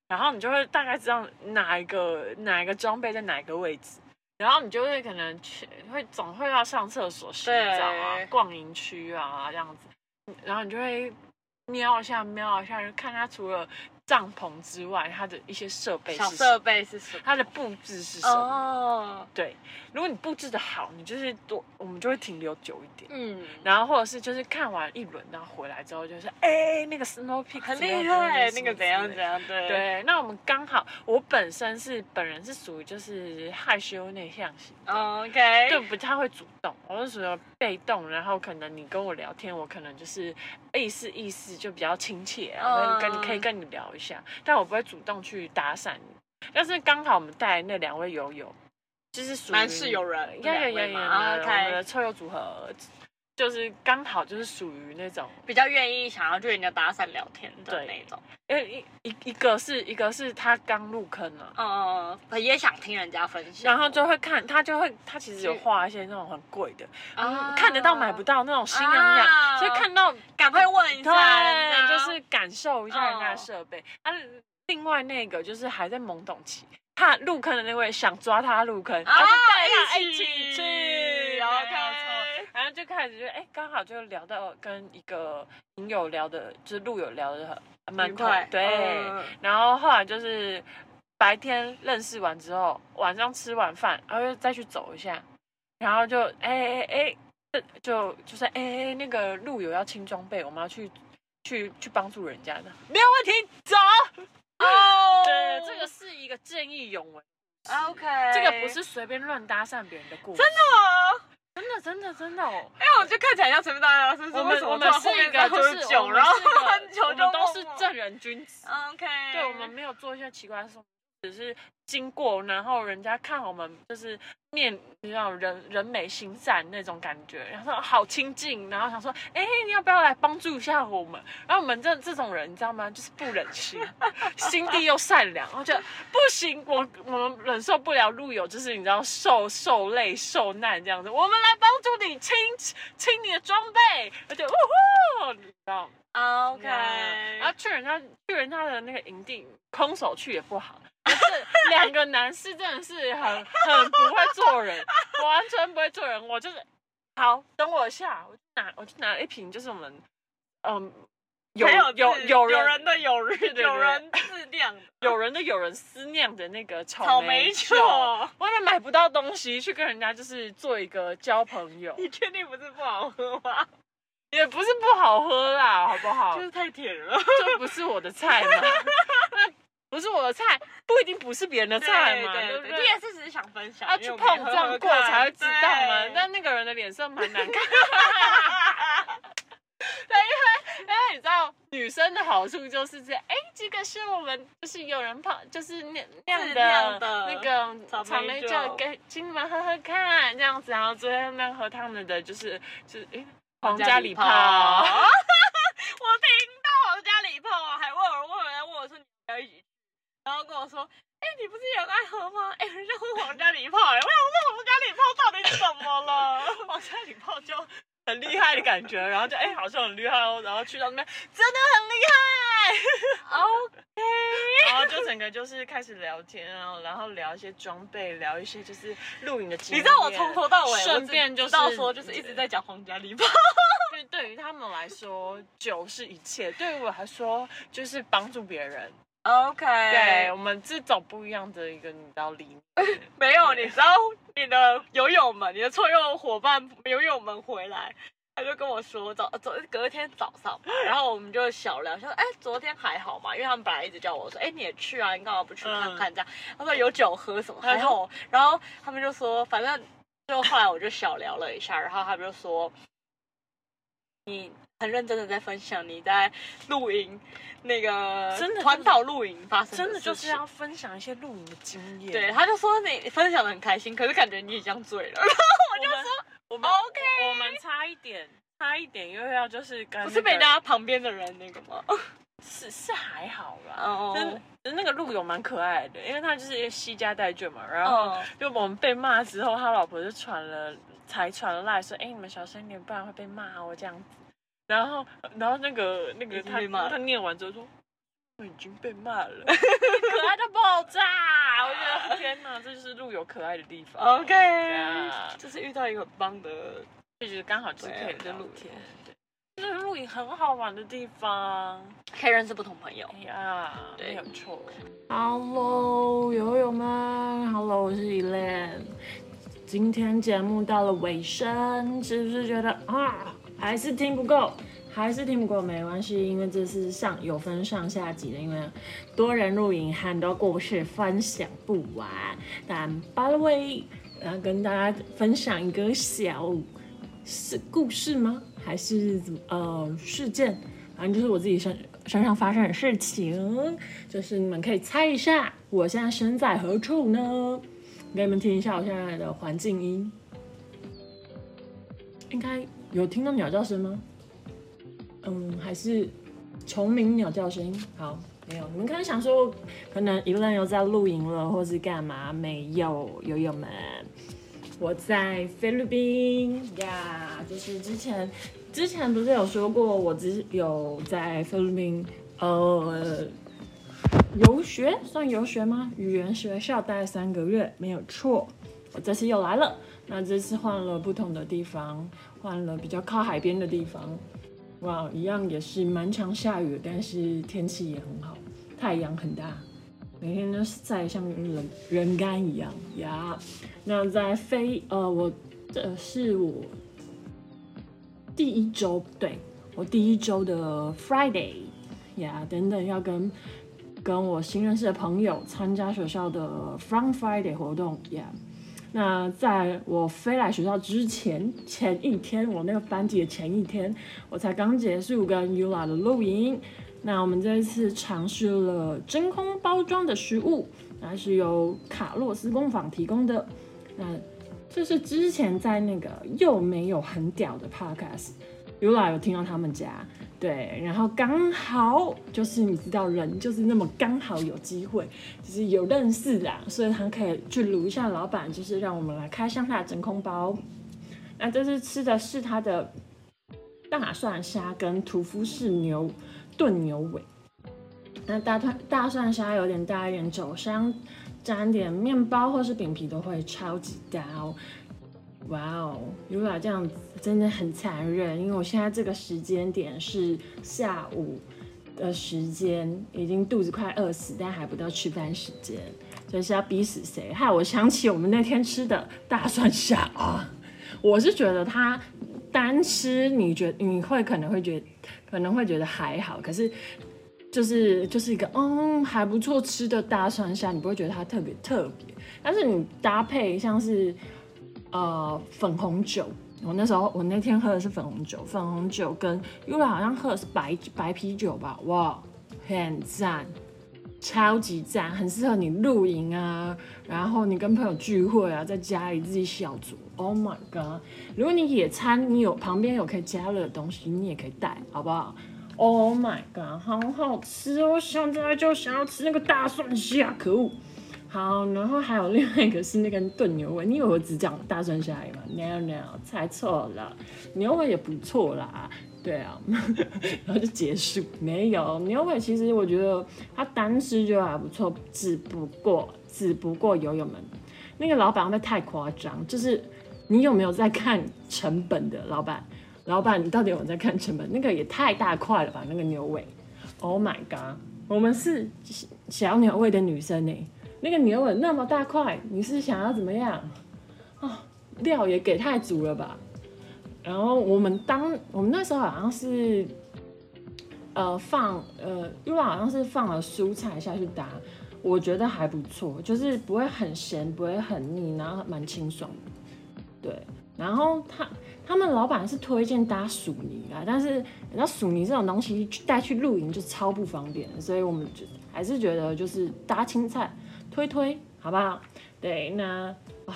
Speaker 1: 然后你就会大概知道哪一个哪一个装备在哪一个位置。然后你就会可能去，会总会要上厕所、洗澡啊
Speaker 2: 对、
Speaker 1: 逛营区啊这样子，然后你就会瞄一下、瞄一下，就看它除了帐篷之外，它的一些设备
Speaker 2: 小
Speaker 1: 是什
Speaker 2: 设
Speaker 1: 么，
Speaker 2: 备是什么？
Speaker 1: 它的布置是什么。
Speaker 2: 哦，
Speaker 1: 对，如果你布置的好，你就是多，我们就会停留久一点。
Speaker 2: 嗯，
Speaker 1: 然后或者是就是看完一轮，然后回来之后就是，哎、那个 Snow Peak
Speaker 2: 很
Speaker 1: 怎样
Speaker 2: 厉
Speaker 1: 怎样
Speaker 2: 害，
Speaker 1: 什
Speaker 2: 那
Speaker 1: 么
Speaker 2: 个
Speaker 1: 之
Speaker 2: 怎样
Speaker 1: 类
Speaker 2: 怎样，对
Speaker 1: 对，那我们刚好，我本身是本人是属于就是害羞内向型的，
Speaker 2: o k
Speaker 1: 就不太会主动，我是属于被动。然后可能你跟我聊天，我可能就是意思意思就比较亲切啊，
Speaker 2: 嗯
Speaker 1: 跟跟可以跟你聊一下，但我不会主动去搭讪你。但是刚好我们带来那两位友友，就是属于
Speaker 2: 男士有啊人，
Speaker 1: 呀呀
Speaker 2: 两
Speaker 1: 呀
Speaker 2: 位嘛
Speaker 1: 呀呀！我们的
Speaker 2: ，OK，
Speaker 1: 车友组合就是刚好就是属于那种，
Speaker 2: 比较愿意想要去人家搭讪聊天的
Speaker 1: 对
Speaker 2: 那种。
Speaker 1: 因为一一一个是一个是他刚入坑啊，
Speaker 2: 嗯，也想听人家分享，
Speaker 1: 然后就会看他就会他其实有
Speaker 2: 是画
Speaker 1: 画一些那种很贵的，
Speaker 2: 啊
Speaker 1: 嗯看得到买不，到那种心痒痒，
Speaker 2: 啊
Speaker 1: 所以看到
Speaker 2: 赶快问一下人
Speaker 1: 对，
Speaker 2: 家，
Speaker 1: 就是感受一下人家的设备。啊，另外那个就是还在懵懂期，他入坑的那位想抓他入坑，
Speaker 2: 啊
Speaker 1: 然后啊就带他一起去，
Speaker 2: 然后
Speaker 1: 没有错
Speaker 2: 看，
Speaker 1: 然后就开始就哎，刚好就聊到跟一个影友聊的，就是路友聊的很蛮快，嗯对。然后后来就是白天认识完之后，晚上吃完饭，然后又再去走一下，然后就哎哎哎，呃就就是哎哎那个路友要清装备，我们要去去去帮助人家的，没有问题，走。
Speaker 2: 哦，
Speaker 1: 对，这个是一个见义勇为，
Speaker 2: OK，
Speaker 1: 这个不是随便乱搭讪别人的故事，
Speaker 2: 哦，
Speaker 1: 真的真的真的哦。
Speaker 2: 因哎为我就看起来像随便搭讪，是
Speaker 1: 我
Speaker 2: 不是为
Speaker 1: 们
Speaker 2: 什
Speaker 1: 我
Speaker 2: 么
Speaker 1: 们
Speaker 2: 突然
Speaker 1: 是
Speaker 2: 后
Speaker 1: 一
Speaker 2: 面
Speaker 1: 个就
Speaker 2: 喝
Speaker 1: 是
Speaker 2: 酒，
Speaker 1: 我们
Speaker 2: 然后
Speaker 1: 是一个
Speaker 2: 很久
Speaker 1: 我
Speaker 2: 就
Speaker 1: 们都是正人君子，
Speaker 2: OK，
Speaker 1: 对我们没有做一些奇怪的事，只是经过，然后人家看我们就是面那种人人美心善那种感觉，然后好亲近，然后想说，哎，你要不要来帮助一下我们？然后我们这这种人，你知道吗？就是不忍心， 心地又善良，然后就不行，我我们忍受不了路友，就是你知道受受累受难这样子，我们来帮助你清清你的装备，而且呜呼，你知道吗。
Speaker 2: OK，
Speaker 1: 然后去人家去人家的那个营地，空手去也不 好。这两个男士真的是很很不会做人，我完全不会做人。我就是好，等我一下，我就拿我就拿了一瓶，就是我们嗯有
Speaker 2: 还
Speaker 1: 有
Speaker 2: 字
Speaker 1: 有
Speaker 2: 有
Speaker 1: 人
Speaker 2: 人的有人
Speaker 1: 对
Speaker 2: 有人自酿的
Speaker 1: 有人的有人思酿的那个
Speaker 2: 草
Speaker 1: 草
Speaker 2: 莓
Speaker 1: 莓
Speaker 2: 酒
Speaker 1: 酒，，我也买不到东西，去跟人家就是做一个交朋友，
Speaker 2: 你确定不是不好喝吗？
Speaker 1: 也不是不好喝啦，好不好？
Speaker 2: 就是太甜了，
Speaker 1: 这不是我的菜嘛， 那不是我的菜，不一定不是别人的菜嘛，
Speaker 2: 对
Speaker 1: 不
Speaker 2: 你
Speaker 1: 对啊
Speaker 2: 也？是只是想分享，
Speaker 1: 要去碰撞过才会知道嘛。
Speaker 2: 但
Speaker 1: 但那个人的脸色蛮难看，因为你知道女生的好处就是这，哎，这个是我们就是有人泡，就是酿
Speaker 2: 自
Speaker 1: 酿
Speaker 2: 酿
Speaker 1: 的
Speaker 2: 的
Speaker 1: 那个
Speaker 2: 草
Speaker 1: 草莓
Speaker 2: 莓酒
Speaker 1: 酒，给请你们喝喝看，这样子，然后最后那喝他们的就是就是哎皇家礼炮
Speaker 2: 我。听到皇家礼炮，还问我问人问我说你要一起去，然后跟我说，哎、你不是也很爱喝吗？哎、人家喝皇家礼炮、哎，我想说皇家礼炮到底是怎么 了？
Speaker 1: 往家里泡就很厉害的感觉，然后就哎、好像很厉害哦，然后去到那边真的很厉
Speaker 2: 哦，
Speaker 1: 害，然后就整个就是开始聊天，然后然后聊一些装备，聊一些就是露营的经
Speaker 2: 你
Speaker 1: 验。
Speaker 2: 知道我从头到尾，
Speaker 1: 顺便就
Speaker 2: 就是到说就是一直在讲皇家礼炮，
Speaker 1: 对对于他们来说酒是一切，对于我来说就是帮助别人。
Speaker 2: OK，
Speaker 1: 对我们是走不一样的一个你知道理念。
Speaker 2: 没有，你知道你的友友们，你的错友伙伴友友们回来，他就跟我说早昨隔天早上吧，然后我们就小聊，说哎昨天还好嘛，因为他们本来一直叫我说哎你也去啊，你干嘛不去
Speaker 1: 嗯
Speaker 2: 看看这样？他说有酒喝什么还好，然后他们就说反正就后来我就小聊了一下，然后他们就说你很认真的在分享你在露营那个
Speaker 1: 真的就是
Speaker 2: 环岛露营发生
Speaker 1: 真的
Speaker 2: 的
Speaker 1: 就
Speaker 2: 事
Speaker 1: 是
Speaker 2: 情
Speaker 1: 要分享一些露营的经验。
Speaker 2: 对，他就说你分享的很开心，可是感觉你已经醉了，
Speaker 1: 我就说我们
Speaker 2: OK
Speaker 1: 我我们差一点，差一点又要就是跟、那
Speaker 2: 不
Speaker 1: 个、
Speaker 2: 是被人家旁边的人那个 吗？
Speaker 1: 是是还好啦，
Speaker 2: 哦
Speaker 1: 真的那个路友蛮可爱的，因为他就是一个西家带眷嘛，然后
Speaker 2: 哦，
Speaker 1: 就我们被骂之后，他老婆就传了才传来说，哎、你们小声一点，不然会被骂哦这样子。然后然后那个那
Speaker 2: 已
Speaker 1: 个
Speaker 2: 经
Speaker 1: 他
Speaker 2: 被骂了
Speaker 1: 他念完之后说。哦我已经被骂了，可爱到爆炸！我觉得天 哪，这就是路友可爱的地方。
Speaker 2: 哦 OK，
Speaker 1: Yeah
Speaker 2: 就是遇到一个很棒的，
Speaker 1: 就觉得刚好就是可以聊
Speaker 2: 对啊就露
Speaker 1: 天
Speaker 2: 营，
Speaker 1: 对，就是露营很好玩的地方。
Speaker 2: 可以认识不同朋友
Speaker 1: 哎。呀，
Speaker 2: 对
Speaker 1: 没有错。Hello，友友们，Hello，我是 Elaine。今天节目到了尾声，是不是觉得啊，还是听不够？还是听不够没关系，因为这是上有分上下集的，因为多人露营很多故事分享不完。但 by the way，然后跟大家分享一个小是故事吗？还是怎么呃事件？反正就是我自己身身上发生的事情，就是你们可以猜一下我现在身在何处呢？给你们听一下我现在的环境音，应该有听到鸟叫声吗？嗯，还是虫鸣鸟叫声？好，没有。你们可能想说，可能一个人又在露营了，或是干嘛？没有，友友们。我在菲律宾呀就是之前之前不是有说过，我只有在菲律宾呃游学，算游学吗？语言学校待三个月，没有错。我这次又来了，那这次换了不同的地方，换了比较靠海边的地方。哇，一样也是蛮常下雨，但是天气也很好，太阳很大，每天都是晒得像人人干一样呀。那在非呃，我这是我第一周，对我第一周的 Friday 呀，等等要跟跟我新认识的朋友参加学校的 From Friday 活动呀。那在我飞来学校之前，前一天我那个班级的前一天，我才刚结束跟 Yula 的露营。那我们这一次尝试了真空包装的食物，那是由卡洛斯工坊提供的。那这是之前在那个又没有很屌的 podcast。Yula 有听到他们家，对，然后刚好就是你知道人就是那么刚好有机会，就是有认识啦，所以他可以去撸一下老板，就是让我们来开箱他的真空包。那这次吃的是他的大蒜虾跟屠夫式牛炖牛尾。那大蒜大蒜虾有点大一点，酒香沾点面包或是饼皮都会超级搭哦。哇哦，如果这样子真的很残忍，因为我现在这个时间点是下午的时间，已经肚子快饿死，但还不到吃饭时间，所以是要逼死谁？害我想起我们那天吃的大蒜虾啊， 我是觉得它单吃你觉你会可能会觉可能会觉得还好，可是就是就是一个嗯还不错吃的大蒜虾，你不会觉得它特别特别，但是你搭配像是呃粉红酒。我那时候，我那天喝的是粉红酒，粉红酒跟 Yula 好像喝的是白白啤酒吧，哇，很赞，超级赞，很适合你露营啊，然后你跟朋友聚会啊，在家里自己小酌，Oh my god！如果你野餐，你有旁边有可以加热的东西，你也可以带，好不好？Oh my god，好好吃哦！我现在就想要吃那个大蒜虾，可恶！好，然后还有另外一个是那个炖牛尾，你以为我只讲大蒜虾而已吗？No No，猜错了，牛尾也不错啦。对啊， 然后就结束。没有牛尾，其实我觉得它单吃就还不错，只不过只不过友友们，那个老板会不会太夸张？就是你有没有在看成本的老板？老板，你到底有没有在看成本？那个也太大块了吧，那个牛尾。Oh my god！我们是小鸟胃的女生欸呢、那个牛尾那么大块，你是想要怎么样？啊、料也给太足了吧？然后我们当我们那时候好像是，呃，放呃，因为好像是放了蔬菜下去搭，我觉得还不错，就是不会很咸，不会很腻，然后蛮清爽的。对，然后他他们老板是推荐搭薯泥啦，但是你知道薯泥这种东西去带去露营就超不方便的，所以我们就还是觉得就是搭青菜推推，好不好？对，那哇，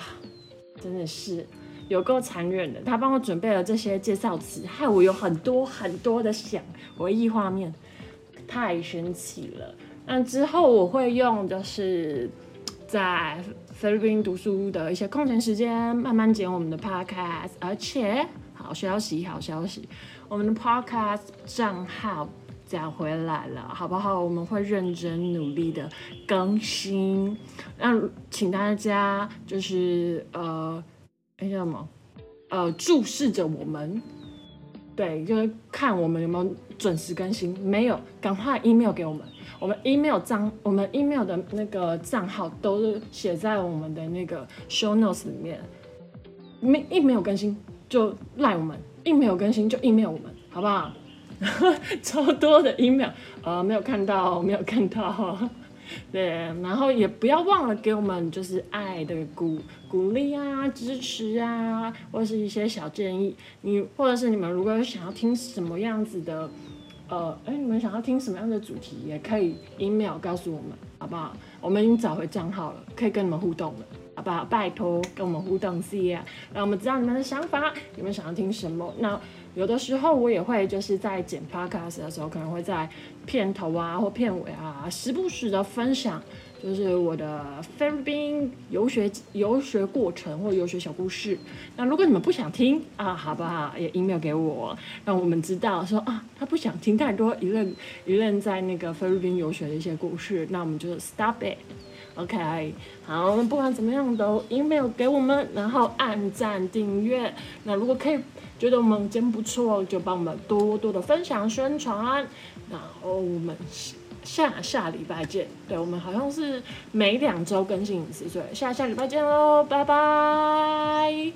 Speaker 1: 真的是有够残忍的。他帮我准备了这些介绍词，害我有很多很多的想回忆画面，太神奇了。那之后我会用，就是在菲律宾读书的一些空闲时间，慢慢剪我们的 podcast。而且，好消息，好消息，我们的 podcast 账号找回来了，好不好？我们会认真努力的更新。那请大家就是呃，那叫什么？呃，注视着我们，对，就是看我们有没有准时更新。没有，赶快 email 给我们。我们 email 账，我们 email 的那个账号都是写在我们的那个 show notes 里面。没一没有更新就赖我们，一没有更新就 email 我们，好不好？ 超多的 email，呃，没有看到，没有看到。 对，然后也不要忘了给我们就是爱的鼓鼓励啊、支持啊，或是一些小建议。你或者是你们如果想要听什么样子的，呃，哎，你们想要听什么样的主题，也可以 email 告诉我们，好不好？我们已经找回账号了，可以跟你们互动了。好不好？拜托跟我们互动一下，让我们知道你们的想法，你们想要听什么。那有的时候我也会就是在剪 podcast 的时候，可能会在片头啊或片尾啊，时不时的分享，就是我的菲律宾游学游学过程或游学小故事。那如果你们不想听啊，好不好？也 email 给我，让我们知道说啊，他不想听太多一任一任在那个菲律宾游学的一些故事，那我们就 stop it。OK，好，那不管怎么样都 email 给我们，然后按赞订阅。那如果可以觉得我们节目不错，就帮我们多多的分享宣传。然后我们下下礼拜见，对我们好像是每两周更新一次，所以下下礼拜见喽，拜拜。